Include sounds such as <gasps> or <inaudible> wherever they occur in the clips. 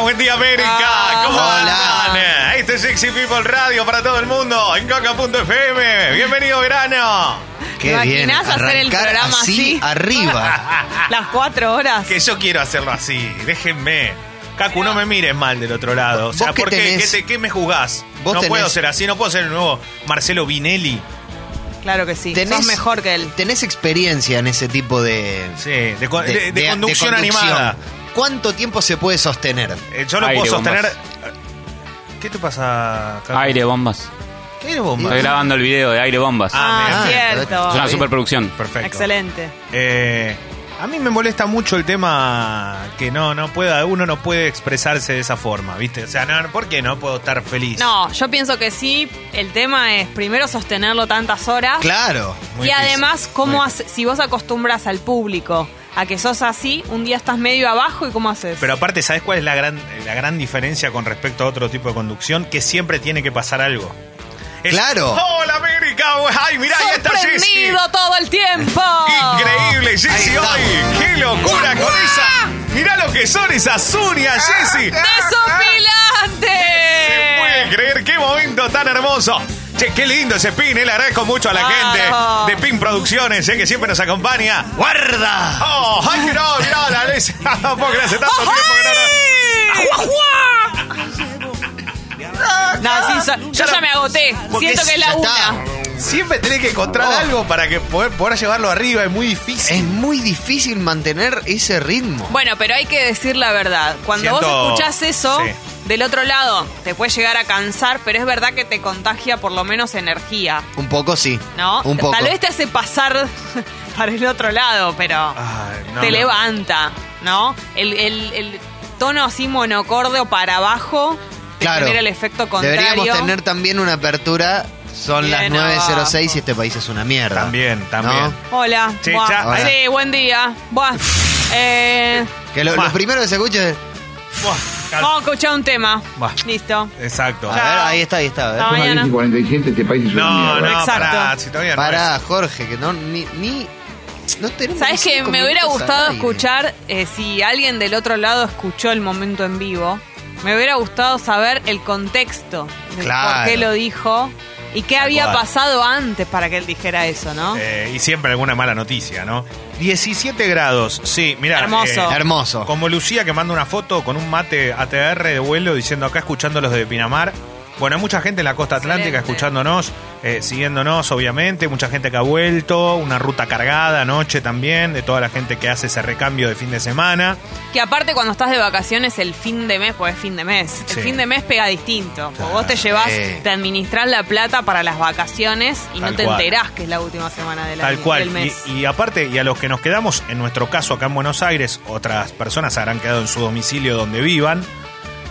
buen día América. Ah, ¿Cómo hola. andan? Este es Sexy People Radio para todo el mundo en coca.fm. Bienvenido verano. ¿Te Qué bien. imaginás hacer el arrancar programa así? <laughs> Arriba. Las cuatro horas. Que yo quiero hacerlo así, déjenme. Cacu, no me mires mal del otro lado. O sea, ¿Vos qué ¿por qué? tenés? ¿Qué, te- qué me juzgás? Vos no tenés- puedo ser así, no puedo ser el nuevo Marcelo Vinelli. Claro que sí. Sos mejor que él. Tenés experiencia en ese tipo de. Sí, de, co- de- de de- de conducción animada. ¿Cuánto tiempo se puede sostener? Eh, yo lo Aire, puedo sostener. bombas. ¿Qué te pasa, Cacu? Aire bombas. ¿Qué eres bomba? Estoy grabando el video de Aire bombas. Ah, Ah, mira. cierto. es una superproducción. Perfecto. Excelente. Eh, a mí me molesta mucho el tema que no, no pueda, uno no puede expresarse de esa forma, ¿viste? O sea, no, ¿por qué no puedo estar feliz? No, yo pienso que sí. El tema es primero sostenerlo tantas horas. Claro. Muy y difícil. además, ¿cómo Muy hace- si vos acostumbras al público a que sos así, un día estás medio abajo y cómo haces? Pero aparte, ¿sabes cuál es la gran, la gran diferencia con respecto a otro tipo de conducción? Que siempre tiene que pasar algo. Es, Claro. ¡Hola, América! ¡Ay, mirá, ahí está Jessy! ¡Sorprendido todo el tiempo! Increíble, Ahí Jessy está. hoy. ¡Qué locura con esa! Mirá lo que son esas uñas, Ah, Jessy. Se puede ¡Desopilante! creer qué momento tan hermoso. Che, qué lindo ese pin, eh, le agradezco mucho a la Claro. gente de Pin Producciones, eh, que siempre nos acompaña. ¡Guarda! ¡Oh! ¡Ay, mirá, mirá, la Alessia! <laughs> Porque hace tanto tiempo que no nos- No, sí, so- yo ya me agoté. Porque Siento que es la ya está. una. Siempre tenés que encontrar Oh. algo para que poder, poder llevarlo arriba, es muy difícil. Es muy difícil mantener ese ritmo. Bueno, pero hay que decir la verdad. Cuando Siento- vos escuchás eso, sí. del otro lado, te puede llegar a cansar, pero es verdad que te contagia por lo menos energía, Un poco sí. ¿no? Un poco. Tal vez te hace pasar <laughs> para el otro lado, pero Ay, Ah, no, te no. levanta, ¿no? El, el- el tono así monocorde o para abajo te Claro. genera el efecto contrario. Deberíamos tener también una apertura. Son las Bien 9.06 abajo. y este país es una mierda. También, también. ¿No? Hola. Sí, Buah. ya- Hola. Sí, buen día. <laughs> Buah. Eh, Que lo, Bah. lo primero que se escucha es. Buah, cal- vamos a escuchar un tema. Buah. Listo. Exacto. A ver, ahí está, ahí está. a ver. Ah, Son las mañana. 10 y 47, este país es una No, mierda. no, Exacto. pará, si todavía no Pará, es. Jorge, que no ni. ni no tenemos ¿Sabes ni que cinco me hubiera minutos al gustado aire. escuchar eh, si alguien del otro lado escuchó el momento en vivo? Me hubiera gustado saber el contexto de Claro. por qué lo dijo y qué había cual. pasado antes para que él dijera eso, ¿no? Eh, y siempre alguna mala noticia, ¿no? 17 grados, sí, eh, mira. Hermoso. Hermoso. Como Lucía que manda una foto con un mate ATR de vuelo diciendo acá escuchando los de Pinamar. Bueno, hay mucha gente en la costa atlántica Excelente. escuchándonos, eh, siguiéndonos, obviamente. Mucha gente que ha vuelto, una ruta cargada anoche también, de toda la gente que hace ese recambio de fin de semana. Que aparte cuando estás de vacaciones el fin de mes, pues es fin de mes, el Sí. fin de mes pega distinto. porque vos te llevas, sí. te administrás la plata para las vacaciones y Tal no te cual. enterás que es la última semana del, Tal año- cual. del mes. Y, y aparte, y a los que nos quedamos, en nuestro caso acá en Buenos Aires, otras personas habrán quedado en su domicilio donde vivan.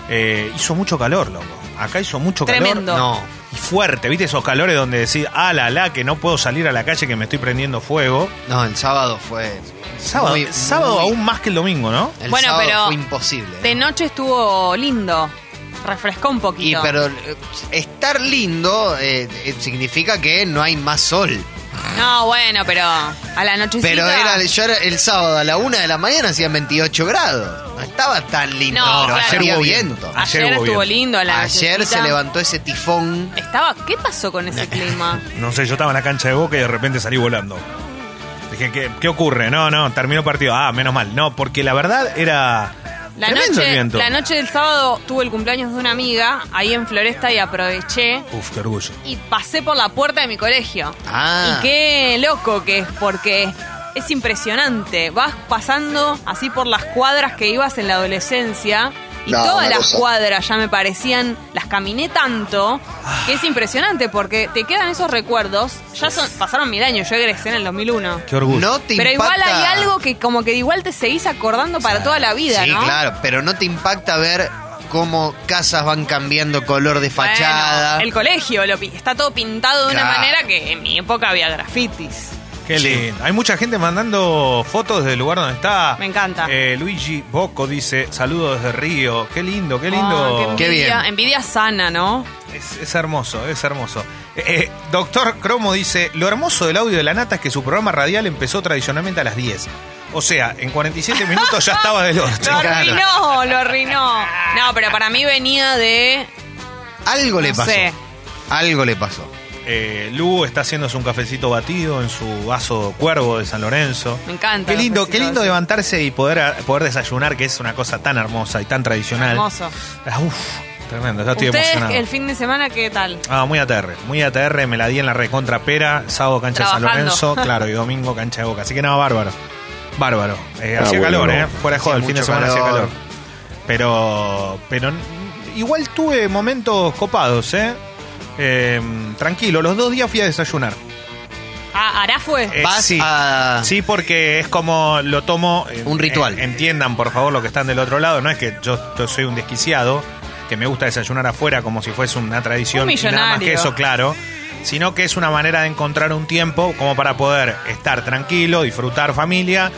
Eh, hizo mucho calor, loco. Acá hizo mucho Tremendo. calor. No. Y fuerte, ¿viste? Esos calores donde decís, ah, la, la, que no puedo salir a la calle, que me estoy prendiendo fuego. No, el sábado fue. Sábado, muy- sábado muy- aún más que el domingo, ¿no? El Bueno, sábado pero fue imposible. ¿eh? De noche estuvo lindo, refrescó un Y poquito. pero eh, estar lindo eh, eh, significa que no hay más sol. No, bueno, pero a la nochecita. Pero era, yo era- el sábado a la una de la mañana hacían 28 grados. No estaba tan lindo. No, claro. pero ayer Ayer había hubo viento. viento. Ayer, Ayer hubo estuvo bien. lindo a la Ayer se nochecita. levantó ese tifón. Estaba, ¿qué pasó <laughs> con ese clima? No sé, yo estaba en la cancha de boca y de repente salí volando. Dije, ¿qué, qué ocurre? No, no, terminó partido. Ah, menos mal. No, porque la verdad era. La tremendo el noche, viento. la noche del sábado tuve el cumpleaños de una amiga ahí en Floresta y aproveché Uf, qué orgullo. y pasé por la puerta de mi colegio. Ah. Y qué loco que es, porque es impresionante. Vas pasando así por las cuadras que ibas en la adolescencia. Y No, todas una las cosa. cuadras ya me parecían, las caminé tanto, Ah. que es impresionante porque te quedan esos recuerdos. Ya son, pasaron mil años, yo egresé en el 2001. Qué orgullo. No te Pero impacta. igual hay algo que como que igual te seguís acordando para toda la vida, sí, ¿no? claro, pero no te impacta ver cómo casas van cambiando color de Bueno, fachada. el colegio lo pi- está todo pintado de una Claro. manera que en mi época había grafitis. Qué Sí. lindo. Hay mucha gente mandando fotos desde el lugar donde está. Me encanta. Eh, Luigi Bocco dice, saludos desde Río. Qué lindo, qué Ah, lindo. Qué envidia, bien. envidia sana, ¿no? Es, es hermoso, es hermoso. Eh, doctor Cromo dice, lo hermoso del audio de la nata es que su programa radial empezó tradicionalmente a las 10. O sea, en 47 minutos ya estaba del <laughs> otro. Lo arruinó, lo arruinó. No, pero para mí venía de. Algo le No pasó. sé. Algo le pasó. Eh, Lu está haciéndose un cafecito batido en su vaso cuervo de San Lorenzo. Me encanta. Qué lindo, qué lindo de levantarse y poder, a- poder desayunar, que es una cosa tan hermosa y tan tradicional. Hermoso. Ah, uf, tremendo, ya estoy Ustedes emocionado. el fin de semana, ¿qué tal? Ah, muy ATR, muy ATR, me la di en la recontra pera, sábado cancha de San Trabajando. Lorenzo, claro, y domingo cancha de Boca, así que nada, bárbaro, bárbaro. Eh, Ah, hacía bueno, calor, no. ¿eh? Fuera de joda, el Hacía fin de mucho semana hacía calor. calor. Pero, pero igual tuve momentos copados, ¿eh? Eh, Tranquilo, los dos días fui a desayunar. ¿A Ará Ah, fue? Eh, Vas sí. a- Sí, porque es como lo tomo. eh, Un ritual. eh, entiendan, por favor, los que están del otro lado. No es que yo, yo soy un desquiciado, que me gusta desayunar afuera como si fuese una tradición. Un y nada más que millonario. eso, claro. Sino que es una manera de encontrar un tiempo como para poder estar tranquilo, disfrutar familia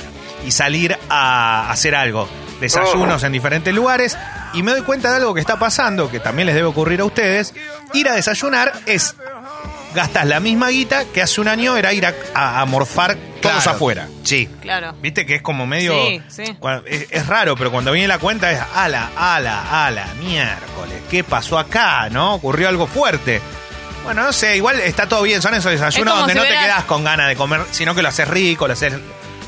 y salir a hacer algo. Desayunos en diferentes lugares. Y me doy cuenta de algo que está pasando, que también les debe ocurrir a ustedes. Ir a desayunar es gastas la misma guita que hace un año era ir a, a- a morfar todos Claro. afuera. Sí. Claro. Viste que es como medio. Sí, sí. cua- Es, es raro, pero cuando viene la cuenta es ala, ala, ala, miércoles. ¿Qué pasó acá? ¿No? Ocurrió algo fuerte. Bueno, no sé, igual está todo bien. Son esos Es desayunos como donde si no te hubieras- quedas con ganas de comer, sino que lo haces rico, lo haces.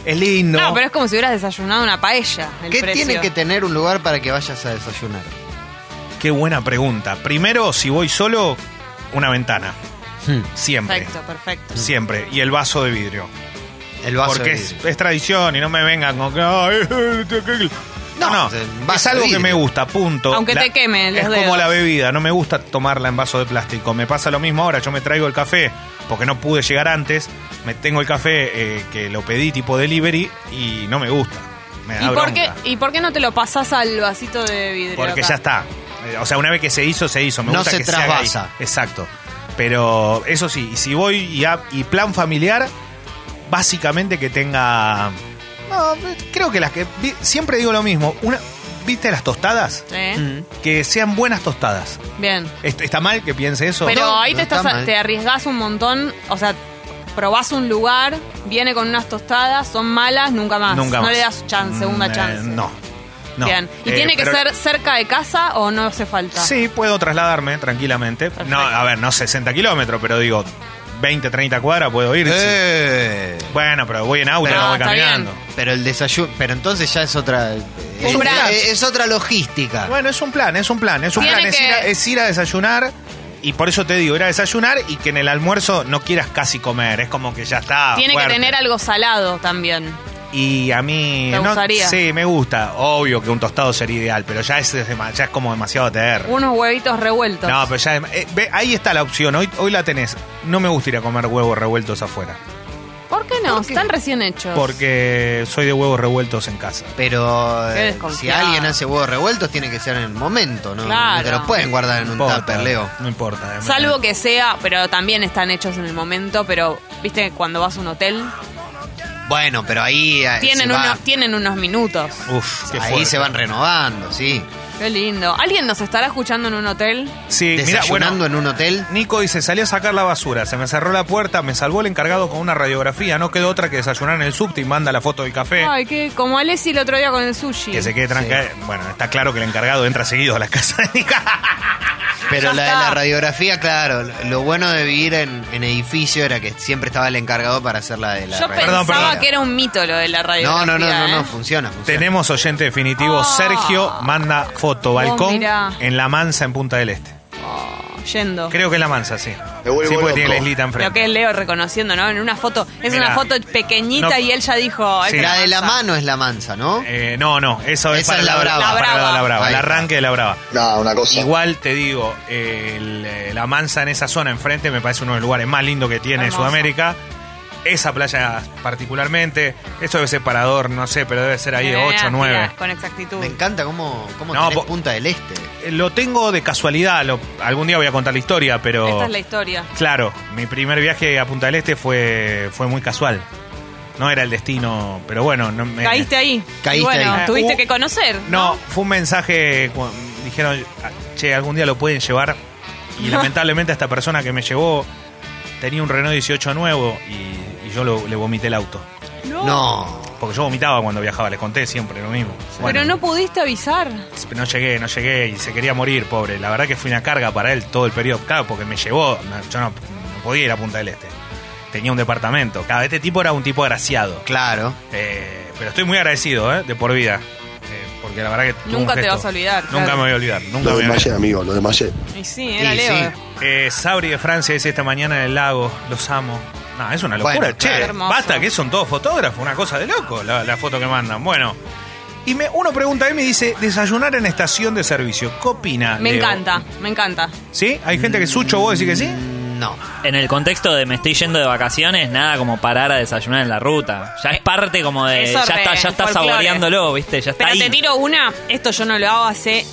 Es lindo. No, pero es como si hubieras desayunado una paella. El ¿Qué precio. tiene que tener un lugar para que vayas a desayunar? Qué buena pregunta. Primero, si voy solo, una ventana. Hmm. Siempre. Perfecto, perfecto. Siempre. Y el vaso de vidrio. El vaso Porque de es, vidrio. es tradición y no me vengan con que. "Ay, te- que-". No, no. No, es en Es vaso algo de que me vidrio. gusta, punto. Aunque te queme los Es como dedos. la bebida, no me gusta tomarla en vaso de plástico. Me pasa lo mismo ahora, yo me traigo el café porque no pude llegar antes. Me tengo el café eh, que lo pedí tipo delivery y no me gusta. Me da ¿Y por, qué, bronca. ¿Y por qué no te lo pasás al vasito de vidrio? Porque acá? ya está. Eh, O sea, una vez que se hizo, se hizo. Me No gusta se que haga ahí. trasvasa. Exacto. Pero eso sí, y si voy y, a- y plan familiar, básicamente que tenga. No, creo que las que. vi- Siempre digo lo mismo. Una, ¿Viste las tostadas? Sí. Que sean buenas tostadas. ¿Eh? Bien. ¿Est- ¿Está mal que piense eso? Pero No, ahí no te, está estás, a- mal. te arriesgás un montón, o sea, probás un lugar, viene con unas tostadas, son malas, nunca más. Nunca no más. le das chance, segunda Mm, eh, chance. no. no. Bien. ¿Y Eh, tiene que pero- ser cerca de casa o no hace falta? Sí, puedo trasladarme tranquilamente. No, a ver, no 60 kilómetros, pero digo 20, 30 cuadras puedo ir. sí. Eh. Bueno, pero voy en auto, Pero- no voy Ah, está bien. caminando. Pero el desayuno. Pero entonces ya es otra. Es, plan. es- es otra logística. Bueno, es un plan, es un plan, es un Tiene plan. Es, que- ir a, es ir a desayunar y por eso te digo, ir a desayunar y que en el almuerzo no quieras casi comer. Es como que ya está. Tiene que Ah, fuerte. tener algo salado también. Y a mí. ¿Te no, gustaría? sí, me gusta. Obvio que un tostado sería ideal, pero ya es, dema- ya es como demasiado TR. Unos huevitos revueltos. No, pero ya. es- eh, ve, ahí está la opción. Hoy, hoy la tenés. No me gusta ir a comer huevos revueltos afuera. ¿Por qué no? Están recién hechos. Porque soy de huevos revueltos en casa. Pero Qué eh, si desconfiada. alguien hace huevos revueltos, tiene que ser en el momento, ¿no? Claro. No te los pueden guardar en un tupper, Leo. No importa. Salvo que sea, pero también están hechos en el momento, pero viste cuando vas a un hotel, Bueno, pero ahí. eh, tienen se va- unos, tienen unos minutos. Uf, qué ahí fuerte. se van renovando, sí. Qué lindo. ¿Alguien nos estará escuchando en un hotel? Sí, Eh, mira, Desayunando bueno, en un hotel. Nico dice, salí a sacar la basura, se me cerró la puerta, me salvó el encargado con una radiografía, no quedó otra que desayunar en el subte y manda la foto del café. Ay, que como Alessi el otro día con el sushi. que se quede tranca. Bueno, está claro que el encargado entra seguido a la casa de Nico. Pero Ya la de está. la radiografía, claro, lo bueno de vivir en, en edificio era que siempre estaba el encargado para hacer la de la Yo radiografía. pensaba que era ¿eh? un mito lo de la radio. No, no, no, no, no, funciona, funciona. Tenemos oyente definitivo, Ah. Sergio manda foto, balcón, mirá. en La Mansa, en Punta del Este. Yendo. Creo que es La Mansa, sí. Sí, Me vuelvo porque tiene la loco. islita Lo enfrente. que es Leo reconociendo, ¿no? En una foto. Es Mirá. una foto pequeñita No. y él ya dijo. Sí. "Esta La de la mansa". mano es la mansa, ¿no? Eh, no, no, eso es Esa para es la brava. para La brava. la brava, Ahí el está. arranque de la brava. No, una cosa. Igual te digo, el, eh, la Mansa en esa zona enfrente me parece uno de los lugares más lindos que tiene Hermoso. Sudamérica. Esa playa particularmente, eso debe ser parador, no sé, pero debe ser ahí Mirá, 8, mirá, 9. Con exactitud. Me encanta cómo, cómo No, tenés po- Punta del Este. Lo tengo de casualidad, lo- algún día voy a contar la historia, pero... Esta es la historia. Claro, mi primer viaje a Punta del Este fue, fue muy casual. No era el destino, pero bueno. No, me- Caíste ahí. Caíste y bueno, ahí. tuviste Uh, que conocer. No, fue un mensaje. cu- Dijeron, che, algún día lo pueden llevar <laughs> Y lamentablemente esta persona que me llevó tenía un Renault 18 nuevo y, y yo lo- le vomité el auto. No. Porque yo vomitaba cuando viajaba, les conté siempre lo mismo. Bueno, Pero no pudiste avisar. no llegué, no llegué y se quería morir, pobre. La verdad que fui una carga para él todo el periodo. Claro, porque me llevó, no- yo no, no podía ir a Punta del Este. Tenía un departamento. Claro, este tipo era un tipo agraciado. Claro. Eh, pero estoy muy agradecido, ¿eh? De por vida. Eh, porque la verdad que... tuvo Nunca un te gesto. vas a olvidar, Nunca claro. me voy a olvidar. Nunca Lo me voy a olvidar. desmayé, amigo, lo desmayé. Y sí, era Y Leo. sí. eh. Eh, Sabri de Francia dice esta mañana en el lago, los amo. No, es una locura, Bueno, che. claro. Hermoso. Basta que son todos fotógrafos, una cosa de loco la, la foto que mandan. Bueno. Y me, uno pregunta a mí y dice, desayunar en estación de servicio, ¿qué opina? Me Leo? encanta, me encanta. ¿Sí? ¿Hay gente que sucho vos decís que sí? No. En el contexto de me estoy yendo de vacaciones, nada como parar a desayunar en la ruta. Ya es parte como de. Eso ya re, está, ya está folclore. saboreándolo, ¿viste? Ya está Pero ahí. te tiro una, esto yo no lo hago hace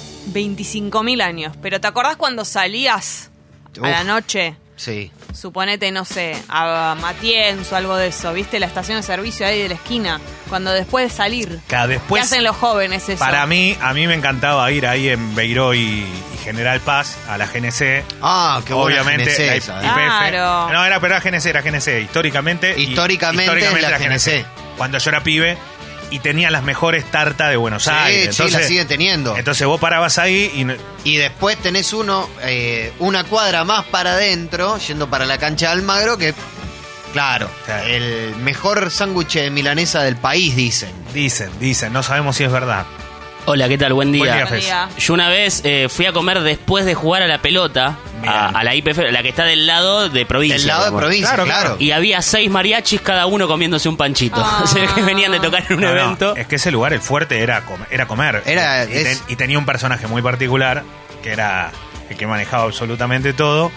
25.000 años, pero ¿te acordás cuando salías a la Uf. noche? Sí. Suponete, no sé, a Matienzo o algo de eso, ¿viste? La estación de servicio ahí de la esquina, cuando después de salir, Claro, ¿qué después... hacen los jóvenes Pues, eso? Para mí, a mí me encantaba ir ahí en Beiró y, y General Paz, a la GNC. Ah, qué buena Obviamente, GNC la esa, IPF. ¿eh? Claro. No, era, pero era GNC, era GNC. Históricamente. y- Históricamente es la era Cuando yo era pibe y tenía las mejores tartas de Buenos Sí, Aires. sí, Entonces, la sigue teniendo. Entonces vos parabas ahí y. no- Y después tenés uno, eh, una cuadra más para adentro, yendo para la cancha de Almagro, que, claro, Claro. el mejor sándwich de milanesa del país, dicen. Dicen, dicen, no sabemos si es verdad. Hola, ¿qué tal? Buen día. Buen día, Buen Fes. <laughs> día. Yo una vez eh, fui a comer después de jugar a la pelota Mirá. a, a la IPF, la que está del lado de provincia. Del lado de digamos. provincia, Claro, claro. claro. Y había seis mariachis cada uno comiéndose un panchito. Ah. Se ve que venían de tocar en un No, no, evento. es que ese lugar, el fuerte, era, com- era comer. Era- y, es- ten- y tenía un personaje muy particular que era el que manejaba absolutamente todo.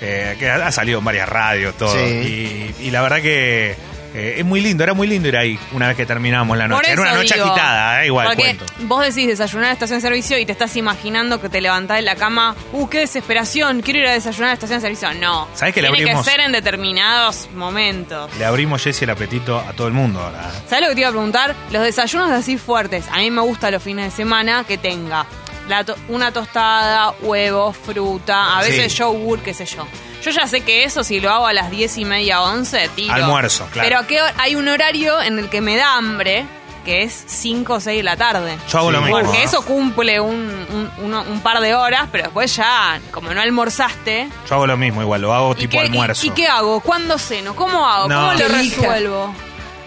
eh, que ha ha salido en varias radios, todo. Sí. Y, y la verdad que. eh, es muy lindo, era muy lindo ir ahí una vez que terminamos la Por noche. Era una eso noche digo, agitada, eh, igual porque cuento. vos decís desayunar a la estación de servicio y te estás imaginando que te levantás de la cama, uh, qué desesperación, quiero ir a desayunar a la estación de servicio. No. ¿Sabés que le Tiene abrimos? que ser en determinados momentos. Le abrimos, Jesse, el apetito a todo el mundo ahora. eh. ¿Sabes lo que te iba a preguntar? Los desayunos así fuertes. A mí me gusta los fines de semana que tenga la to- una tostada, huevos, fruta, a veces Sí. yogur, qué sé yo. Yo ya sé que eso si lo hago a las 10 y media, 11, tiro. Almuerzo, claro. Pero ¿qué hor- hay un horario en el que me da hambre, que es 5 o 6 de la tarde. Yo hago lo mismo. Porque eso cumple un, un- uno- un par de horas, pero después ya, como no almorzaste... Yo hago lo mismo igual, lo hago ¿y tipo qué- y- almuerzo. ¿Y, qué hago? ¿Cuándo ceno? ¿Cómo hago? No. ¿Cómo lo ¿Qué resuelvo?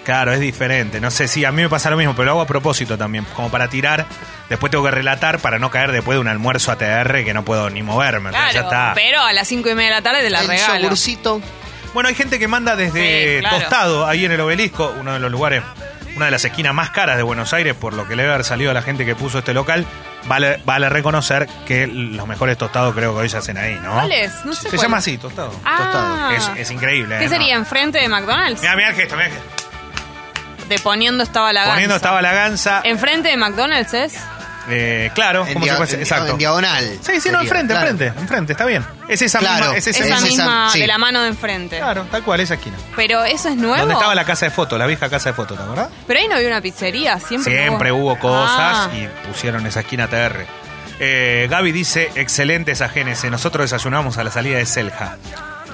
Claro, es diferente. No sé si a mí me pasa lo mismo, pero lo hago a propósito también, como para tirar. Después tengo que relatar para no caer después de un almuerzo ATR que no puedo ni moverme. Claro, ya está. pero a las 5 y media de la tarde te la el regalo. yogurcito. Bueno, hay gente que manda desde Sí, claro. Tostado, ahí en el obelisco, uno de los lugares, una de las esquinas más caras de Buenos Aires, por lo que le debe haber salido a la gente que puso este local. Vale, vale reconocer que los mejores tostados creo que hoy se hacen ahí, ¿no? ¿Cuál es? No sé Se cuál. llama así, tostado. Ah. Es, es increíble. ¿Qué eh, sería? ¿no? ¿Enfrente de McDonald's? Mirá, mirá el gesto, mirá el gesto. De poniendo estaba la Eh. Poniendo ganza. estaba la ganza. ¿Enfrente de McDonald's es? eh, claro, En como si dia- fuese. en- Exacto. en diagonal Sí, sí, no, sería, enfrente, claro. enfrente, enfrente, está bien. Es esa Claro, misma. Es esa, Sí, Esa sí, misma. misma sí. de la mano de enfrente. Claro, tal cual, esa esquina. Pero eso es nuevo. Donde estaba la casa de fotos, la vieja casa de fotos, ¿te acordás? Pero ahí no había una pizzería, siempre. Siempre hubo cosas Ah. y pusieron esa esquina TR. Eh, Gaby dice, excelente esa GNC. Nosotros desayunamos a la salida de Selja.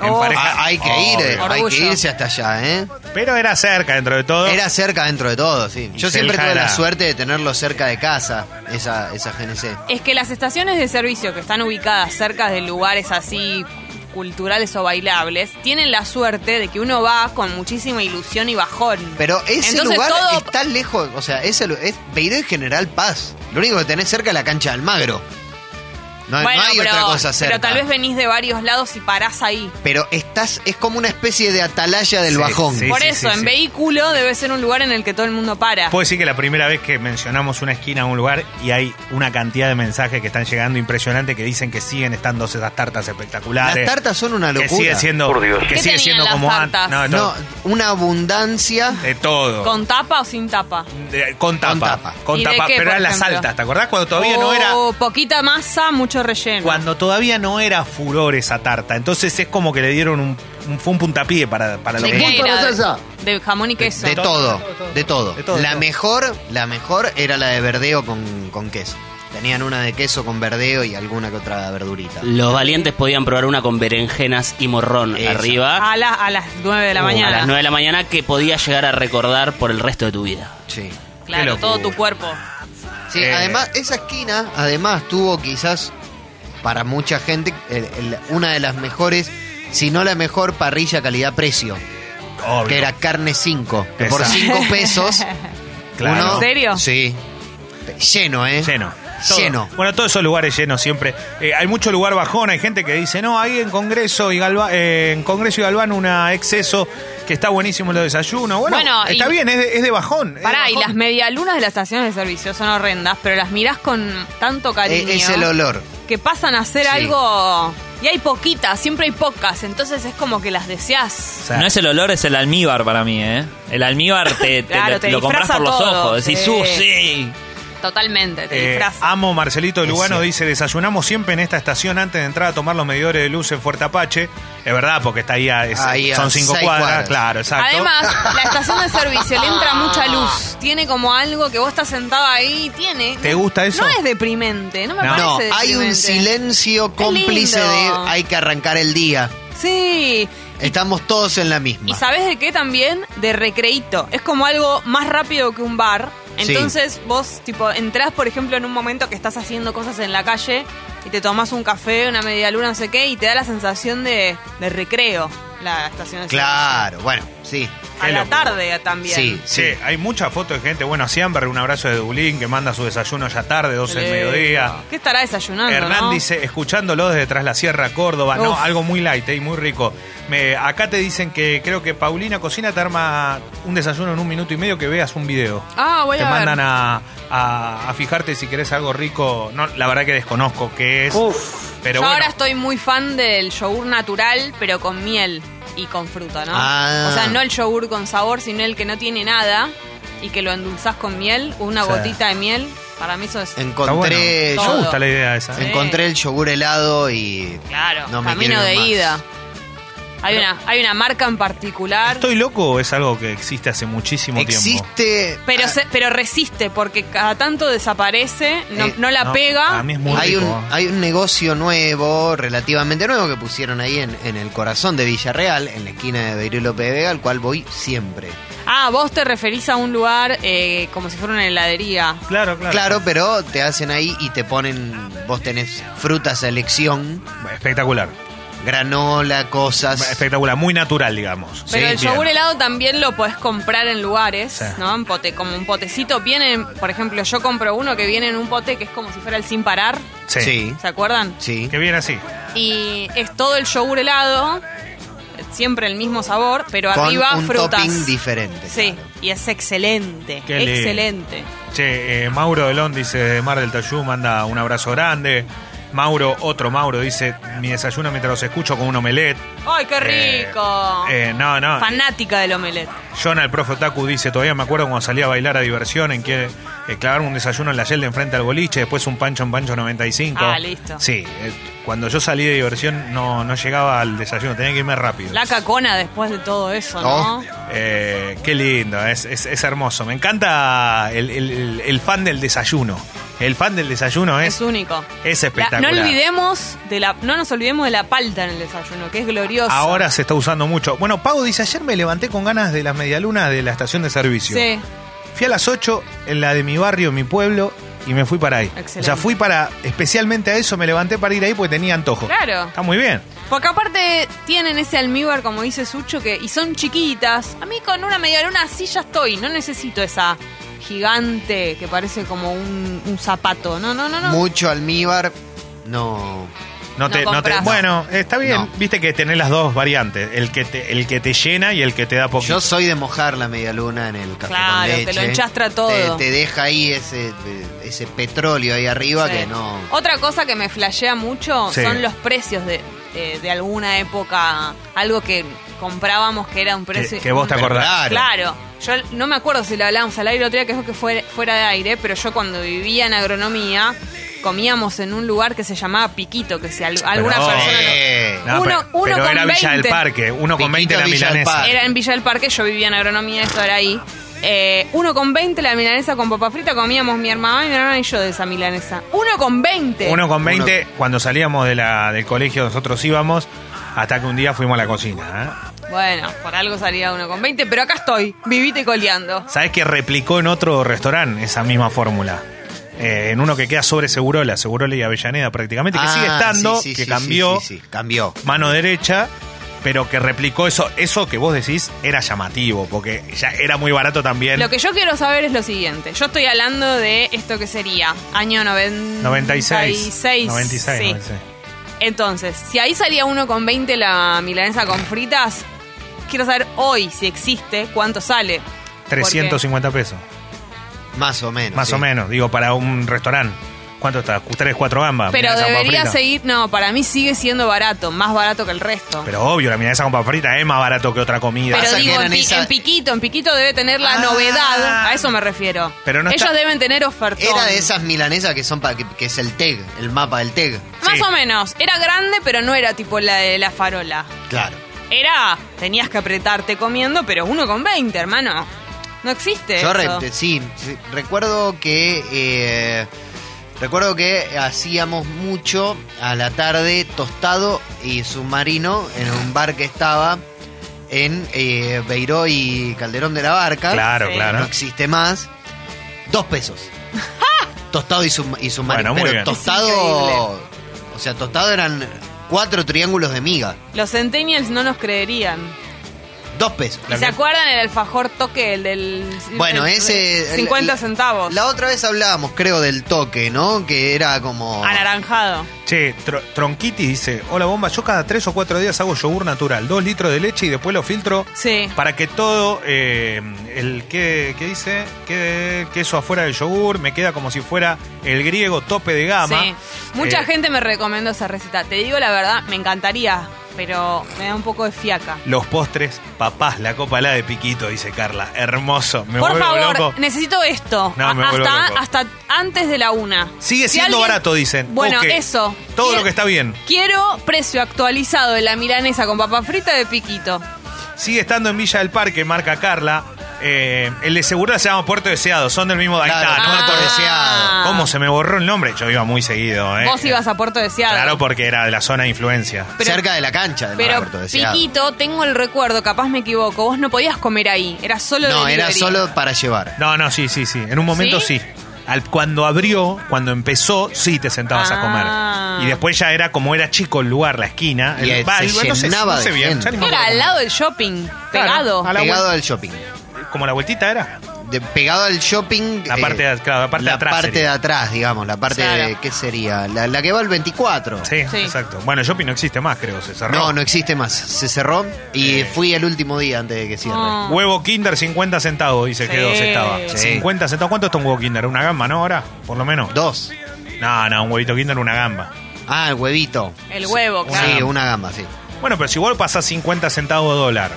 En Oh. pareja. Ah, hay que ir, eh, hay Orgullo. que irse hasta allá, ¿eh? Pero era cerca dentro de todo. Era cerca dentro de todo, sí. Yo Y siempre Selja tuve la era- suerte de tenerlo cerca de casa, esa, esa GNC. Es que las estaciones de servicio que están ubicadas cerca de lugares así culturales o bailables, tienen la suerte de que uno va con muchísima ilusión y bajón. Pero ese Entonces lugar todo- está lejos, o sea, ese lu- es Beiró y General Paz. Lo único que tenés cerca es la cancha de Almagro. No, Bueno, no hay pero, otra cosa cerca. pero tal vez venís de varios lados y parás ahí. Pero estás, es como una especie de atalaya del Sí, bajón. sí. Por eso, en sí. Pues- vehículo debe ser un lugar en el que todo el mundo para. Puedo decir que la primera vez que mencionamos una esquina un lugar y hay una cantidad de mensajes que están llegando impresionante que dicen que siguen estando esas tartas espectaculares. Las tartas son una que locura. sigue siendo, que ¿Qué sigue tenían siendo las como antes. tartas? No, de No, todo. una abundancia. De todo. ¿Con tapa o sin tapa? De- con tapa. Con Con tapa. tapa. ¿Y de qué, pero por eran las ejemplo? Oh, altas. ¿Te acordás cuando todavía no era. O poquita masa, mucho relleno. Cuando todavía no era furor esa tarta. Entonces es como que le dieron un. un- fue un puntapié para, para lo ¿De que. qué era? Francesa. De jamón y queso. De todo, de todo, todo, de todo. de todo, de La todo. mejor, la mejor era la de verdeo con, con queso. Tenían una de queso con verdeo y alguna que otra verdurita. Los valientes podían probar una con berenjenas y morrón Esa. arriba Ah, A, la- a las 9 de la a mañana. las 9 de la mañana que podía llegar a recordar por el resto de tu vida. Sí. Claro, Qué todo locura. tu cuerpo. Sí, Eh. además, esa esquina, además, tuvo quizás para mucha gente el- el- una de las mejores, si no la mejor parrilla calidad-precio, Obvio. que era carne 5. que Por Exacto. 5 pesos. <laughs> Claro. uno- ¿En serio? Sí. Lleno, ¿eh? Lleno. Lleno. Todo. Bueno, todos esos lugares llenos siempre. Eh, hay mucho lugar bajón, hay gente que dice, no, ahí en Congreso y Galván, en Congreso y Galván una exceso que está buenísimo los desayunos. Bueno, Bueno, está y- bien, es de, es de bajón. es de Pará, y bajón. las medialunas de las estaciones de servicio son horrendas, pero las mirás con tanto E- cariño. es el olor. Que pasan a hacer Sí. algo. Y hay poquitas, siempre hay pocas, entonces es como que las deseás. O sea, No es el olor, es el almíbar para mí, ¿eh? El almíbar te, te Claro, lo, te lo compras disfraza por los todo, ojos. Decís, sí. "Uh, sí. Totalmente, te eh, disfrazas. amo Marcelito Lugano, Es dice, cierto. desayunamos siempre en esta estación antes de entrar a tomar los medidores de luz en Fuerte Apache. Es verdad, porque está ahí, a, es- Ahí a son cinco seis cuadras, cuadras. claro, exacto. Ah. Además, la estación de servicio le entra mucha luz. Tiene como algo que vos estás sentado ahí y tiene. ¿Te gusta eso? No es deprimente, no me No. parece No, deprimente. hay un silencio Qué cómplice de lindo. hay que arrancar el día. Sí. Estamos todos en la misma. ¿Y sabes de qué también? De recreíto. Es como algo más rápido que un bar. Sí. Entonces vos, tipo, entrás, por ejemplo, en un momento que estás haciendo cosas en la calle y te tomás un café, una media luna, no sé qué, y te da la sensación de, de recreo la estación de Claro, bueno, sí. servicio. A Qué la locura. tarde también. Sí, sí. Che, hay muchas fotos de gente, bueno, a Siamber, un abrazo de Dublín, que manda su desayuno ya tarde, 12 del Eh, mediodía. ¿Qué estará desayunando? Hernán no? dice, escuchándolo desde tras la Sierra Córdoba, no, Uf. algo muy light eh, y muy rico. Me- acá te dicen que creo que Paulina Cocina te arma un desayuno en un minuto y medio que veas un video. Ah, voy te a ver. mandan a, a- a fijarte si querés algo rico. No, la verdad que desconozco qué es. pero Yo bueno, ahora estoy muy fan del yogur natural, pero con miel y con fruta, ¿no? Ah. O sea, no el yogur con sabor, sino el que no tiene nada y que lo endulzás con miel, una Sí. gotita de miel. Para mí eso es... está bueno. Encontré, Todo. Me gusta la idea esa. Sí. encontré el yogur helado y Claro, no me camino quiero de más. ida. Hay una, hay una marca en particular, ¿Estoy loco o es algo que existe hace muchísimo tiempo? Existe. ah, Ah. pero, se- pero resiste porque cada tanto desaparece, no, Eh, no la no, pega. a mí es muy hay, rico. ¿eh? un, hay un negocio nuevo, relativamente nuevo, que pusieron ahí en, en el corazón de Villarreal, en la esquina de Beirú López de Vega, al cual voy siempre. Ah, vos te referís a un lugar eh, como si fuera una heladería. Claro, claro. Claro, pero te hacen ahí y te ponen, vos tenés frutas a elección, Espectacular. granola, cosas. Espectacular. Muy natural, digamos. Pero Sí, el yogur bien. helado también lo podés comprar en lugares, Sí. ¿no? En pote, como un potecito. Vienen, por ejemplo, yo compro uno que viene en un pote que es como si fuera el sin parar. Sí. Sí. ¿Se acuerdan? Sí. Que viene así. Y es todo el yogur helado, siempre el mismo sabor, pero Con arriba un frutas. topping diferente. Sí, y es excelente, Qué lindo. excelente. Che, eh, Mauro Delón dice de Mar del Tayú, manda un abrazo grande. Mauro, otro Mauro, dice, mi desayuno mientras los escucho con un omelette. ¡Ay, qué Eh, rico! eh, no, no. Fanática del omelette. Jonah, el profe Otaku, dice, todavía me acuerdo cuando salía a bailar a diversión, en que eh, clavaron un desayuno en la Yelda enfrente al boliche, después un pancho en pancho 95. Ah, listo. Sí, eh, cuando yo salí de diversión no, no llegaba al desayuno, tenía que irme rápido. La cacona después de todo eso, ¿no? Oh. Eh, qué lindo, es, es- es hermoso. Me encanta el, el- el- el fan del desayuno. El fan del desayuno es, Es único. es La- espectacular. no olvidemos de la, no nos olvidemos de la palta en el desayuno, que es gloriosa. Ahora se está usando mucho. Bueno, Pau dice, ayer me levanté con ganas de las medialunas de la estación de servicio. sí. Fui a las 8 en la de mi barrio, en mi pueblo, y me fui para ahí. Excelente. O sea, fui para, especialmente a eso, me levanté para ir ahí porque tenía antojo. Claro. Está muy bien. Porque aparte tienen ese almíbar, como dice Sucho, que y son chiquitas. A mí con una media luna así ya estoy, no necesito esa gigante que parece como un, un zapato. No, no, no, no. Mucho almíbar, no. No No te, no te- compras. bueno, está bien. No. Viste que tenés las dos variantes. El que te, el que te llena y el que te da poquito. Yo soy de mojar la media luna en el café con Claro, te leche. lo enchastra todo. Te, te deja ahí ese, ese petróleo ahí arriba Sí. que no. Otra cosa que me flashea mucho Sí. son los precios de, de- de alguna época. Algo que comprábamos que era un precio. que vos te un- acordás. Claro. Claro. Yo no me acuerdo si lo hablábamos al aire el otro día, que fue que fue fuera de aire, pero yo cuando vivía en agronomía, comíamos en un lugar que se llamaba Piquito, que si al- alguna no. persona... lo- Eh, No, Uno- pero, uno pero con era Villa del 20. Parque, uno con Piquito 20 la Villa del milanesa. Parque. Era en Villa del Parque, yo vivía en agronomía, eso era ahí. Eh, 1,20 la milanesa con papa frita comíamos mi hermana, mi hermana y yo de esa milanesa. 1,20. Uno con 20, cuando salíamos de la, del colegio, nosotros íbamos hasta que un día fuimos a la cocina. ¿eh? Bueno, por algo salía 1,20, pero acá estoy, vivita y coleando. ¿Sabes que replicó en otro restaurante esa misma fórmula? Eh, en uno que queda sobre Segurola, Segurola y Avellaneda prácticamente, que sigue Ah, estando, sí, sí, que sí, cambió sí, sí, sí, Cambió. mano derecha, pero que replicó eso. Eso que vos decís era llamativo, porque ya era muy barato también. Lo que yo quiero saber es lo siguiente. Yo estoy hablando de esto que sería año 96. 96. 96. 96. sí. 96. Entonces, si ahí salía 1,20 la milanesa con fritas, quiero saber hoy, si existe, cuánto sale. 350 pesos, Más o menos. más sí. o menos, digo, para un restaurante. ¿Cuánto está? ¿Tres, cuatro gambas? Pero milanesa con debería frita. seguir, no, para mí sigue siendo barato, más barato que el resto. Pero obvio, la milanesa con papa frita es más barato que otra comida. Pero Pasa que digo, en, eran pi- esa- en Piquito, en Piquito debe tener la Ah. novedad, a eso me refiero. Pero no Ellos está- deben tener ofertón. Era de esas milanesas que son para que, que es el TEG, el mapa del TEG. Más Sí. o menos, era grande, pero no era tipo la de la farola. Claro. Era, tenías que apretarte comiendo, pero uno con 20, hermano. No existe. Yo re- eso. sí, sí, recuerdo que eh, recuerdo que hacíamos mucho a la tarde tostado y submarino en un bar que estaba en eh, Beiró y Calderón de la Barca. Eh, Claro, Sí. claro. No existe más. Dos pesos. tostado y, sub- y submarino. Bueno, muy Pero bien. tostado. O sea, tostado eran cuatro triángulos de miga. Los centennials no nos creerían. Dos pesos. ¿Y se acuerdan el alfajor toque, el del... Bueno, el- ese. 50 la- centavos. La otra vez hablábamos, creo, del toque, ¿no? Que era como. Ah, Anaranjado. Che, Tro- Tronquiti dice, hola bomba, yo cada tres o cuatro días hago yogur natural, dos litros de leche y después lo filtro Sí. para que todo eh, el que, ¿qué dice, que queso afuera del yogur, me queda como si fuera el griego tope de Ah, gama. Sí. Mucha Eh, gente me recomendó esa receta. Te digo la verdad, me encantaría, pero me da un poco de fiaca. Los postres, papás, la copa la de piquito, dice Carla. Hermoso, me Por vuelvo favor, loco. necesito esto. No, A- me vuelvo hasta, loco. hasta antes de la una. Sigue Si siendo alguien- barato, dicen. Bueno, Ok. eso. Todo Quiero- lo que está bien. Quiero precio actualizado de la milanesa con papa frita de piquito. Sigue estando en Villa del Parque, marca Carla. Eh, el de seguridad se llama Puerto Deseado, son del mismo. Ahí Claro, está, Ah. Puerto Deseado. ¿Cómo se me borró el nombre? Yo iba muy seguido, ¿eh? Vos ibas a Puerto Deseado. Claro, porque era de la zona de influencia. pero- cerca de la cancha del Pero Puerto Deseado. Piquito, tengo el recuerdo, capaz me equivoco, vos no podías comer ahí, era solo No, era delivery. solo para llevar. No, no, sí, sí, sí. En un momento ¿Sí? sí. Al- cuando abrió, cuando empezó, sí te sentabas Ah. a comer. Y después ya era como era chico el lugar, la esquina. Y el se llenaba de gente. ya ni me Era acuerdo al lado del shopping, Claro, pegado. a la pegado vuelta. al shopping. Como la vueltita era. De- pegado al shopping. eh, La parte de- claro, la parte de atrás parte sería. de atrás, digamos. La parte de. Claro. ¿Qué sería? La, la que va al 24. Sí, Sí. exacto. Bueno, Shopping no existe más, creo, se cerró. No, no existe más. Se cerró y fui el último día antes de que cierre. No. Huevo Kinder 50 centavos, dice Sí. que dos estaba. Sí. 50 centavos. ¿Cuánto está un huevo Kinder? ¿Una gamba, no? Ahora, por lo menos. Dos. No, no, un huevito Kinder, una gamba. Ah, el huevito. El huevo, Una claro. Sí, gamba. una gamba, sí. Bueno, pero si vos pasás 50 centavos dólar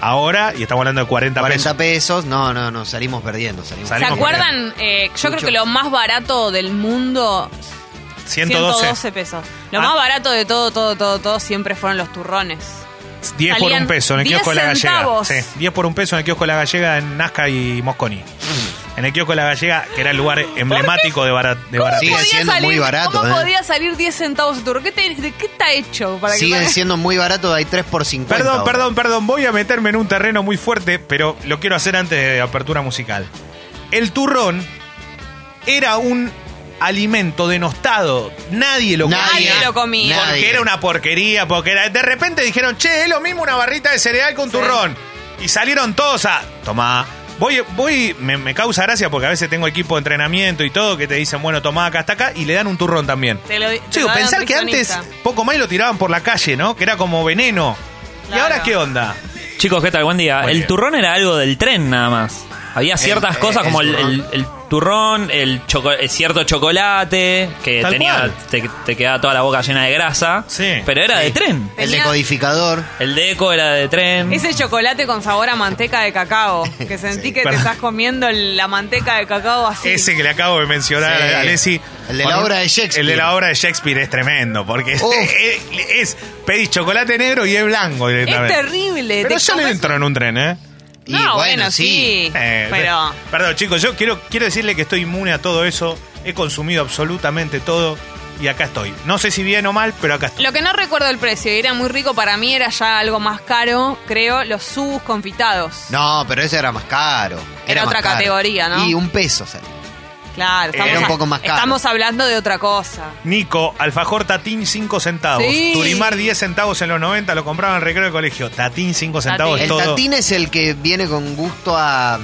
ahora, y estamos hablando de 40, 40 pesos. pesos. No, no, no. Salimos perdiendo. Salimos Sal- ¿Se Salimos acuerdan? Eh, yo creo Mucho. que lo más barato del mundo, 112. 112 pesos. Lo Ah. más barato de todo, todo, todo, todo siempre fueron los turrones. 10 por un Salían peso en el 10 kiosco de la gallega. centavos. Sí, 10 por un peso en el kiosco de la gallega en Nazca y Mosconi. Mm. En el kiosco de la gallega, que era el lugar emblemático de, barat, de ¿Cómo baratez. Sigue podía siendo salir, muy barato, ¿Cómo eh? podía salir 10 centavos de turrón? ¿Qué, te- de qué está hecho? Para que Siguen pague? siendo muy baratos. Hay 3 por 50. Perdón, ahora. perdón, perdón. Voy a meterme en un terreno muy fuerte, pero lo quiero hacer antes de apertura musical. El turrón era un alimento denostado. Nadie lo Nadie comía. lo comía. Porque nadie. era una porquería, porque era. De repente dijeron, che, es lo mismo una barrita de cereal con turrón. Y salieron todos a. Tomá. Voy, voy, me, me causa gracia porque a veces tengo equipo de entrenamiento y todo que te dicen, bueno, tomá acá hasta acá, y le dan un turrón también. Te lo- te Chico, lo dan pensar que antes nutricionista. poco más y lo tiraban por la calle, ¿no? Que era como veneno. ¿Y Claro. ahora qué onda? Chicos, ¿qué tal? Buen día. Buen el día. Eh, turrón era algo del tren nada más. Había ciertas El- cosas el como el, el- turrón. el turrón, el choco- eh, cierto chocolate, que Tal tenía cual. te, te quedaba toda la boca llena de grasa. Sí. Pero era de Sí. tren. El Tenía- decodificador. El deco era de tren. Ese chocolate con sabor a manteca de cacao. <laughs> Que sentí que te perdón. estás comiendo la manteca de cacao así. Ese que le acabo de mencionar Sí. a Alessi. El de la Con- obra de Shakespeare. El de la obra de Shakespeare es tremendo, porque <laughs> es, Uf. es- pedís chocolate negro y es blanco es directamente. terrible. Pero te yo no comes- entro en un tren, ¿eh? Y bueno, sí. Eh, pero. pe- Perdón, chicos, yo quiero, quiero decirle que estoy inmune a todo eso. He consumido absolutamente todo y acá estoy. No sé si bien o mal, pero acá estoy. Lo que no recuerdo el precio, y era muy rico para mí, era ya algo más caro, creo, los subos confitados. No, pero ese era más caro. Era más otra caro. categoría, ¿no? Y un peso, o sea, Claro, estamos, Era un a- poco más caro. estamos hablando de otra cosa. Nico, Alfajor Tatín 5 centavos. Sí. Turimar 10 centavos en los 90, lo compraban en recreo de colegio. Tatín 5 Tatín. centavos Pues El todo. tatín es el que viene con gusto a,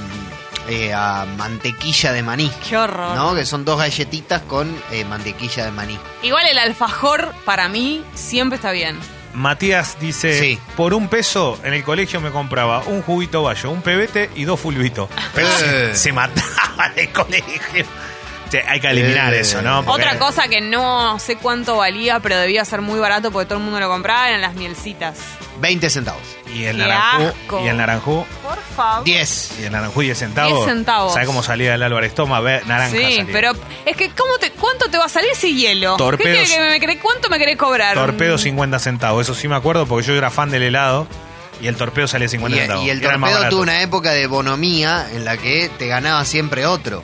eh, a mantequilla de maní. Qué horror. ¿No? Que son dos galletitas con eh, mantequilla de maní. Igual el alfajor, para mí, siempre está bien. Matías dice, Sí. por un peso en el colegio me compraba un juguito bayo, un pebete y dos fulbitos. Pero se, Eh. se mataba en el colegio. Che, hay que eliminar Eh. eso, ¿no? Porque- Otra cosa que no sé cuánto valía, pero debía ser muy barato porque todo el mundo lo compraba, eran las mielcitas. 20 centavos. Y el Qué naranjú. asco. Y el naranjú. Por favor. 10. Y el naranjú 10 centavos. 10 centavos. ¿Sabes cómo salía el Álvarez Toma? Ve, naranja. Sí, salía. pero es que ¿cómo te, ¿cuánto te va a salir ese hielo? ¿Qué Torpedos. querés que me- me querés- ¿Cuánto me querés cobrar? Torpedo 50 centavos. Eso sí me acuerdo porque yo era fan del helado y el torpedo salía 50 Y, centavos. y el Era el más torpedo barato. tuvo una época de bonomía en la que te ganaba siempre otro.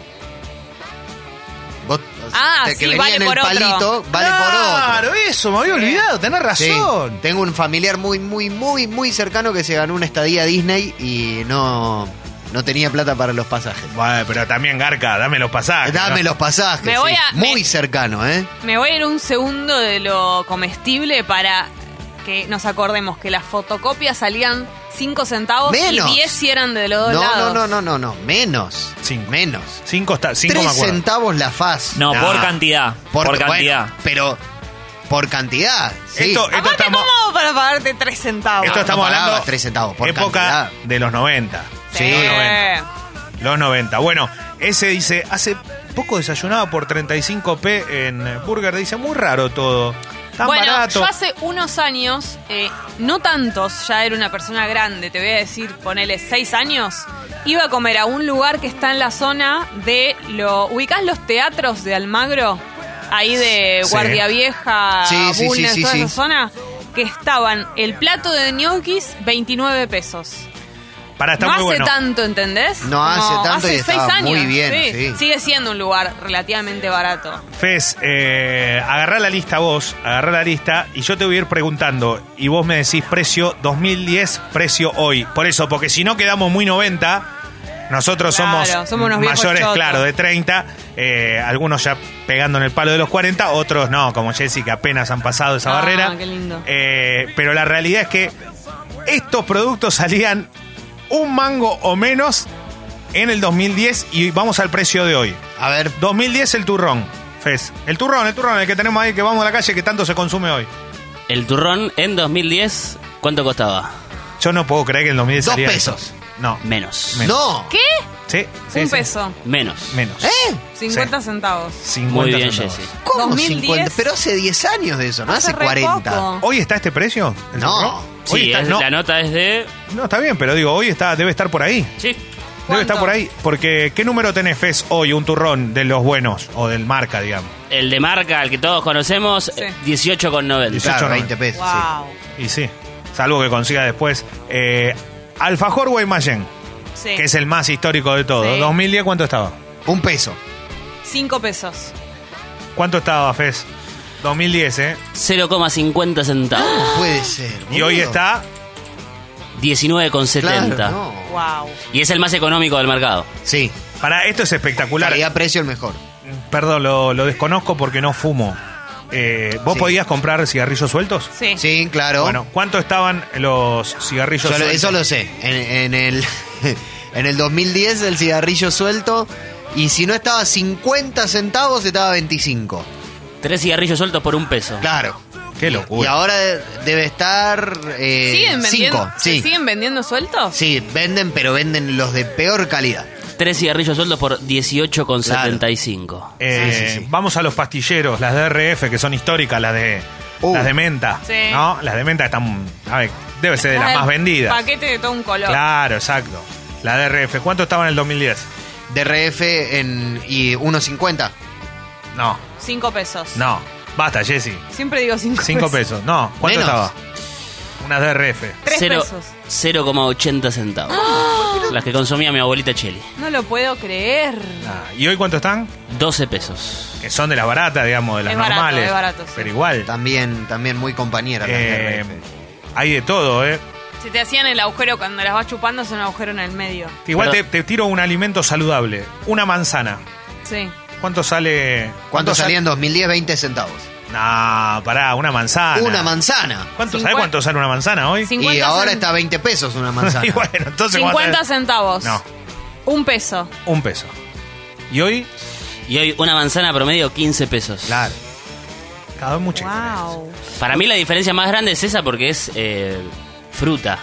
Vos, Ah, te- que sí, venía vale en el por otro. palito, eh, vale por otro. Claro, eso, me había olvidado, tenés Sí. razón. Tengo un familiar muy, muy, muy, muy cercano que se ganó una estadía Disney y no, no tenía plata para los pasajes. Bueno, pero también Garca, dame los pasajes. Dame Ah, ¿no? los pasajes. Me voy sí. a- Muy me- cercano, ¿eh? Me voy a ir un segundo de lo comestible para que nos acordemos que las fotocopias salían 5 centavos Menos. y 10 si eran de los dos No, lados. no, no, no, no, no. Menos. Cinco. Menos. Cinco, está, cinco me Tres acuerdo. centavos la faz. No, Nah. por cantidad. Por, bueno, cantidad. pero por cantidad. sí. Esto, esto Aparte, estamos, ¿cómo hago para pagarte 3 centavos? esto no estamos pagabas hablando tres centavos por época cantidad. de los 90. Sí. Los 90. Los 90. Bueno, ese dice, hace poco desayunaba por 35p en Burger. Dice, muy raro todo. Tan bueno, barato. yo hace unos años, eh, no tantos, ya era una persona grande, te voy a decir, ponele seis años, iba a comer a un lugar que está en la zona de lo. ¿Ubicás los teatros de Almagro? Ahí de Sí. Guardia Vieja, Sí, sí, sí, Bulnes, sí, toda sí. esa zona, que estaban el plato de ñoquis, 29 pesos. Para, está no muy hace bueno. tanto, ¿entendés? No hace Como tanto y hace seis estaba años. muy bien, sí. Sigue siendo un lugar relativamente barato. Fez, eh, agarrá la lista vos, agarrá la lista y yo te voy a ir preguntando y vos me decís precio 2010, precio hoy. Por eso, porque si no quedamos muy 90, nosotros Claro, somos, somos unos viejos mayores, chotos. claro, de 30, eh, algunos ya pegando en el palo de los 40, otros no, como Jessica, apenas han pasado esa Ah, barrera. qué lindo. Eh, pero la realidad es que estos productos salían un mango o menos en el 2010 y vamos al precio de hoy. A ver, 2010 el turrón, Fez. El turrón, el turrón, el que tenemos ahí, que vamos a la calle, que tanto se consume hoy. El turrón en 2010, ¿cuánto costaba? Yo no puedo creer que en 2010 Dos salía pesos. eso. No. Menos. Menos. no. ¿Qué? Sí, sí, un sí. peso. Menos. Menos. ¿Eh? 50 Sí. centavos. 50 Muy bien, centavos. Jessy. ¿Cómo 2010? 50? Pero hace 10 años de eso, no hace, Hace re 40. poco. ¿Hoy está este precio? ¿El No. turrón? Hoy Sí, está- es- no, la nota es de... no, está bien, pero digo, hoy está, debe estar por ahí. Sí. Debe ¿Cuánto? estar por ahí. Porque, ¿qué número tenés, Fez, hoy, un turrón de los buenos o del marca, digamos? El de marca, el que todos conocemos, Sí. 18,90. Dieciocho, Claro, no. 20 pesos. sí. Wow. Y sí, salvo que consiga después. eh, Alfajor Guaymallén, Sí. que es el más histórico de todo. Sí. ¿2010 cuánto estaba? Un peso. Cinco pesos. ¿Cuánto estaba, Fez? 2010, ¿eh? <gasps> 0,50 centavos. Ah. Puede ser. Y hoy boludo. está. 19,70. Claro, no. Wow. Y es el más económico del mercado. Sí, Para, esto es espectacular. calidad precio el mejor. Perdón, lo, lo desconozco porque no fumo. Eh, ¿Vos Sí. podías comprar cigarrillos sueltos? Sí. Sí, claro. Bueno, ¿cuánto estaban los cigarrillos Yo lo- sueltos? eso lo sé. En, en el, <laughs> en el 2010 el cigarrillo suelto y si no estaba 50 centavos estaba 25. Tres cigarrillos sueltos por un peso. Claro. Qué Y locura. ahora de- debe estar eh, ¿Siguen vendiendo? cinco. ¿se Sí. ¿Siguen vendiendo sueltos? sí, venden, pero venden los de peor calidad. Tres cigarrillos sueltos por 18,75. Eh, Sí, sí, sí. Vamos a los pastilleros, las de RF, que son históricas, las de Uh. las de menta. Sí. ¿No? Las de menta están. A ver, debe ser de Ah, las el más vendidas. Paquete de todo un color. Claro, exacto. La de RF. ¿Cuánto estaba en el 2010? DRF en, y 1.50. No, Cinco pesos. no. Basta, Jessy. Siempre digo cinco, 5 pesos. No, ¿cuánto Pues, Menos. estaba? Una DRF. Tres Cero- pesos. <gasps> 0,80 centavos. Pero Las que consumía mi abuelita Cheli. No lo puedo creer. Ah, ¿Y hoy cuánto están? 12 pesos. Que son de las baratas, digamos, de las Es barato, normales. es barato, sí. Pero igual. También, también muy compañera. las de eh, Renfe. hay de todo, ¿eh? Se te hacían el agujero cuando las vas chupando, es un agujero en el medio. Igual te, Pero- te tiro un alimento saludable. Una manzana. Sí. ¿Cuánto sale? ¿Cuánto sal- salía en 2010? 20 centavos. No, pará, una manzana. Una manzana. ¿Cuánto, ¿Sabés Cincuenta- cuánto sale una manzana hoy? Cincuenta Y ahora cen- está a 20 pesos una manzana. <laughs> Y bueno, entonces... ¿cuánto 50 sale? centavos. No, Un peso. un peso. ¿Y hoy? Y hoy una manzana promedio 15 pesos. Claro. Cada vez mucho. Wow. Para mí la diferencia más grande es esa porque es eh, fruta.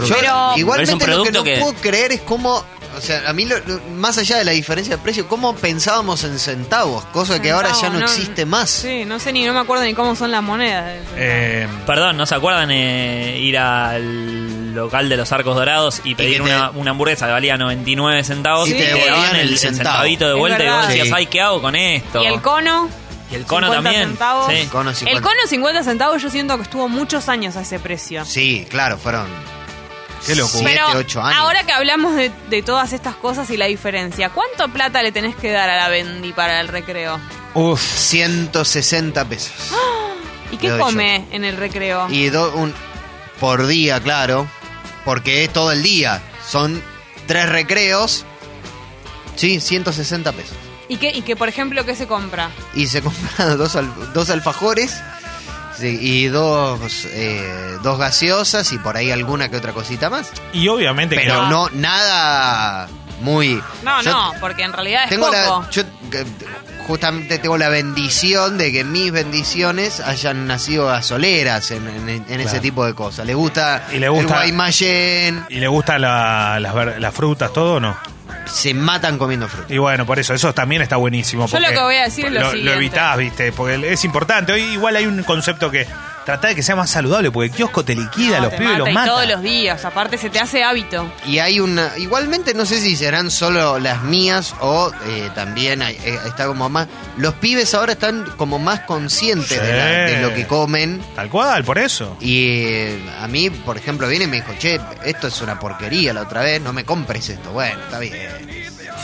Yo, Pero- Pero es igualmente un lo que no producto que- puedo creer es cómo, o sea, a mí lo- lo- más allá de la diferencia de precio, cómo pensábamos en centavos, cosa que ahora ya no, Centavo, existe más. Sí, no sé ni, no me acuerdo ni cómo son las monedas. Eh, Perdón, ¿no se acuerdan eh, ir al local de los Arcos Dorados y pedir que te- una, una hamburguesa que valía 99 centavos Y y te te devolvían daban el el, el centavo. centavito de Es vuelta y verdad. vos decías, Sí. ay, ¿qué hago con esto? ¿Y el cono? Y el cono 50 también. centavos. Sí. Cono El 50. cono 50 centavos yo siento que estuvo muchos años a ese precio. Sí, claro, fueron Qué locura. siete, Pero ocho años. ahora que hablamos de, de todas estas cosas y la diferencia, ¿cuánto plata le tenés que dar a la Bendy para el recreo? uf, 160 pesos. ¡Ah! ¿Y qué Le doy come en el recreo? Y do- un por día, claro, porque es todo el día. Son tres recreos. Sí, 160 pesos. ¿Y que, y que, por ejemplo, qué se compra? Y se <laughs> compran dos, al- dos alfajores sí, y dos, eh, dos gaseosas y por ahí alguna que otra cosita más. y obviamente que Pero no. no, nada muy... No, Yo no, porque en realidad es Tengo poco. la, yo eh, justamente tengo la bendición de que mis bendiciones hayan nacido gasoleras en, en- en ese tipo de cosas. Le gusta, Y le gusta- el Guaymallén, ¿Y le gustan la- las, ver- las frutas, todo o no? se matan comiendo fruta. Y bueno, por eso, eso también está buenísimo. Yo lo porque que voy a decir es lo siguiente. evitás, viste, porque es importante. Hoy igual hay un concepto que trata de que sea más saludable, porque el kiosco te liquida, No, los te pibes mata los y mata. todos los días, aparte se te hace hábito. Y hay una. Igualmente, no sé si serán solo las mías o eh, también hay- eh, está como más. Los pibes ahora están como más conscientes Sí. de, la- de lo que comen. Tal cual, por eso. Y eh, a mí, por ejemplo, viene y me dijo, che, esto es una porquería la otra vez, no me compres esto. Bueno, está bien.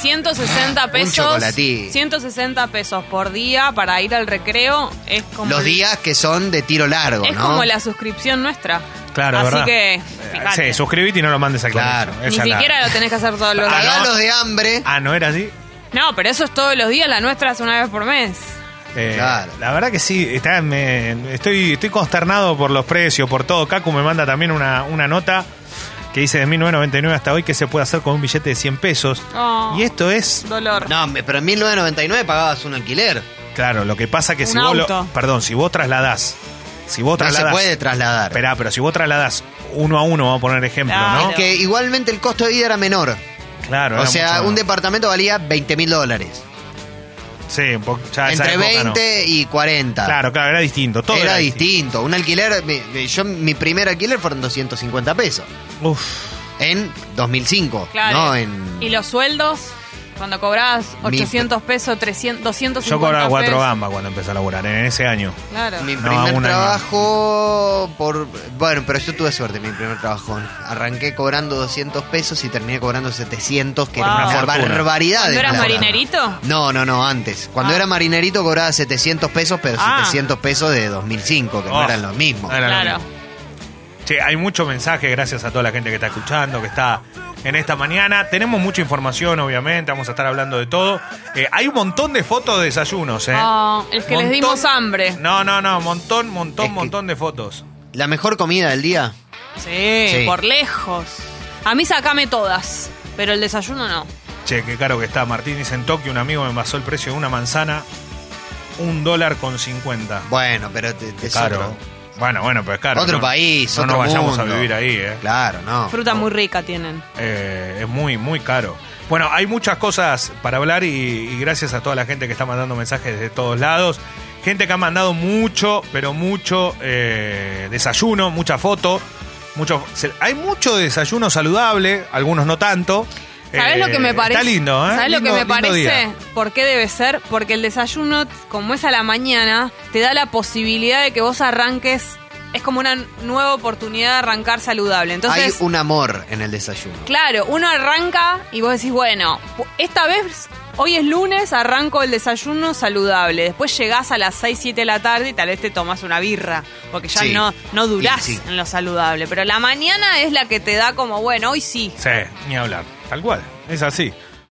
160 pesos. chocolatín. 160 pesos por día para ir al recreo es como. Los días que son de tiro largo, Es ¿no? como la suscripción nuestra. Claro, Así verdad. que. Eh, fíjate. Sí, suscribite y no lo mandes a Claro. Ni siquiera lo tenés que hacer todos los días. Cagalos de hambre. Ah, ¿no era así? No, pero eso es todos los días, la nuestra es una vez por mes. Eh, Claro. La verdad que sí, está, me- estoy, estoy consternado por los precios, por todo. Cacu me manda también una, una nota que dice de 1999 hasta hoy que se puede hacer con un billete de 100 pesos. Oh. Y esto es, Dolor. No, me- pero en 1999 pagabas un alquiler. claro, lo que pasa que si Un vos, lo- auto. perdón, si vos trasladás, si vos No se trasladás, puede trasladar. esperá, pero si vos trasladás uno a uno, vamos a poner ejemplo, Claro. ¿no? Que igualmente el costo de vida era menor. Claro. o era sea, mucho- un departamento valía 20 mil dólares. Sí, un po- ya Ah, esa Entre época 20 no. y 40. Claro, claro, era distinto. Todo era, era, distinto. Un alquiler, mi- mi- yo mi primer alquiler fueron 250 pesos. Uf, En 2005. Claro. No en... Y los sueldos, cuando cobrás Mi- 800 pesos, 300, 250 yo cobraba cuatro pesos. gambas cuando empecé a laburar, en ese año. Claro. Mi No, primer una trabajo por... Bueno, pero yo tuve suerte en mi primer trabajo. Arranqué cobrando 200 pesos y terminé cobrando 700, que Wow. era una Una fortuna. barbaridad. de ¿Cuándo eras plata. marinerito? No, no, no, antes. Cuando Ah. era marinerito cobraba 700 pesos, pero Ah. 700 pesos de 2005, que no Oh. eran los mismos. No era lo Claro. mismo. Che, hay mucho mensaje, gracias a toda la gente que está escuchando, que está en esta mañana. Tenemos mucha información, obviamente, vamos a estar hablando de todo. Eh, hay un montón de fotos de desayunos, ¿eh? Ah, es que les dimos hambre. No, no, no, montón, montón, Es que- montón de fotos. La mejor comida del día. Sí, Sí. por lejos. A mí sacame todas, pero el desayuno no. Che, qué caro que está. Martín dice, en Tokio un amigo me pasó el precio de una manzana, un dólar con cincuenta. Bueno, pero te, te es Caro. otro, Bueno, bueno, pero es caro. otro No- país, No otro nos vayamos mundo. a vivir ahí, ¿eh? Claro, no. Fruta muy rica tienen. Eh, es muy, muy caro. Bueno, hay muchas cosas para hablar y, y gracias a toda la gente que está mandando mensajes de todos lados. Gente que ha mandado mucho, pero mucho eh, desayuno, mucha foto. Mucho, se- hay mucho desayuno saludable, algunos no tanto. ¿Sabes Eh, lo que me parece? Está lindo, ¿eh? ¿Sabes lo que Lindo- me lindo parece? día. ¿Por qué debe ser? Porque el desayuno, como es a la mañana, te da la posibilidad de que vos arranques es como una nueva oportunidad de arrancar saludable. Entonces, Hay un amor en el desayuno. claro, uno arranca y vos decís, bueno, esta vez, hoy es lunes, arranco el desayuno saludable. Después llegás a las 6, 7 de la tarde y tal vez te tomas una birra, porque ya Sí. no, no durás Y sí. en lo saludable. Pero la mañana es la que te da como, bueno, hoy sí. Sí, ni hablar. Tal cual. Es así.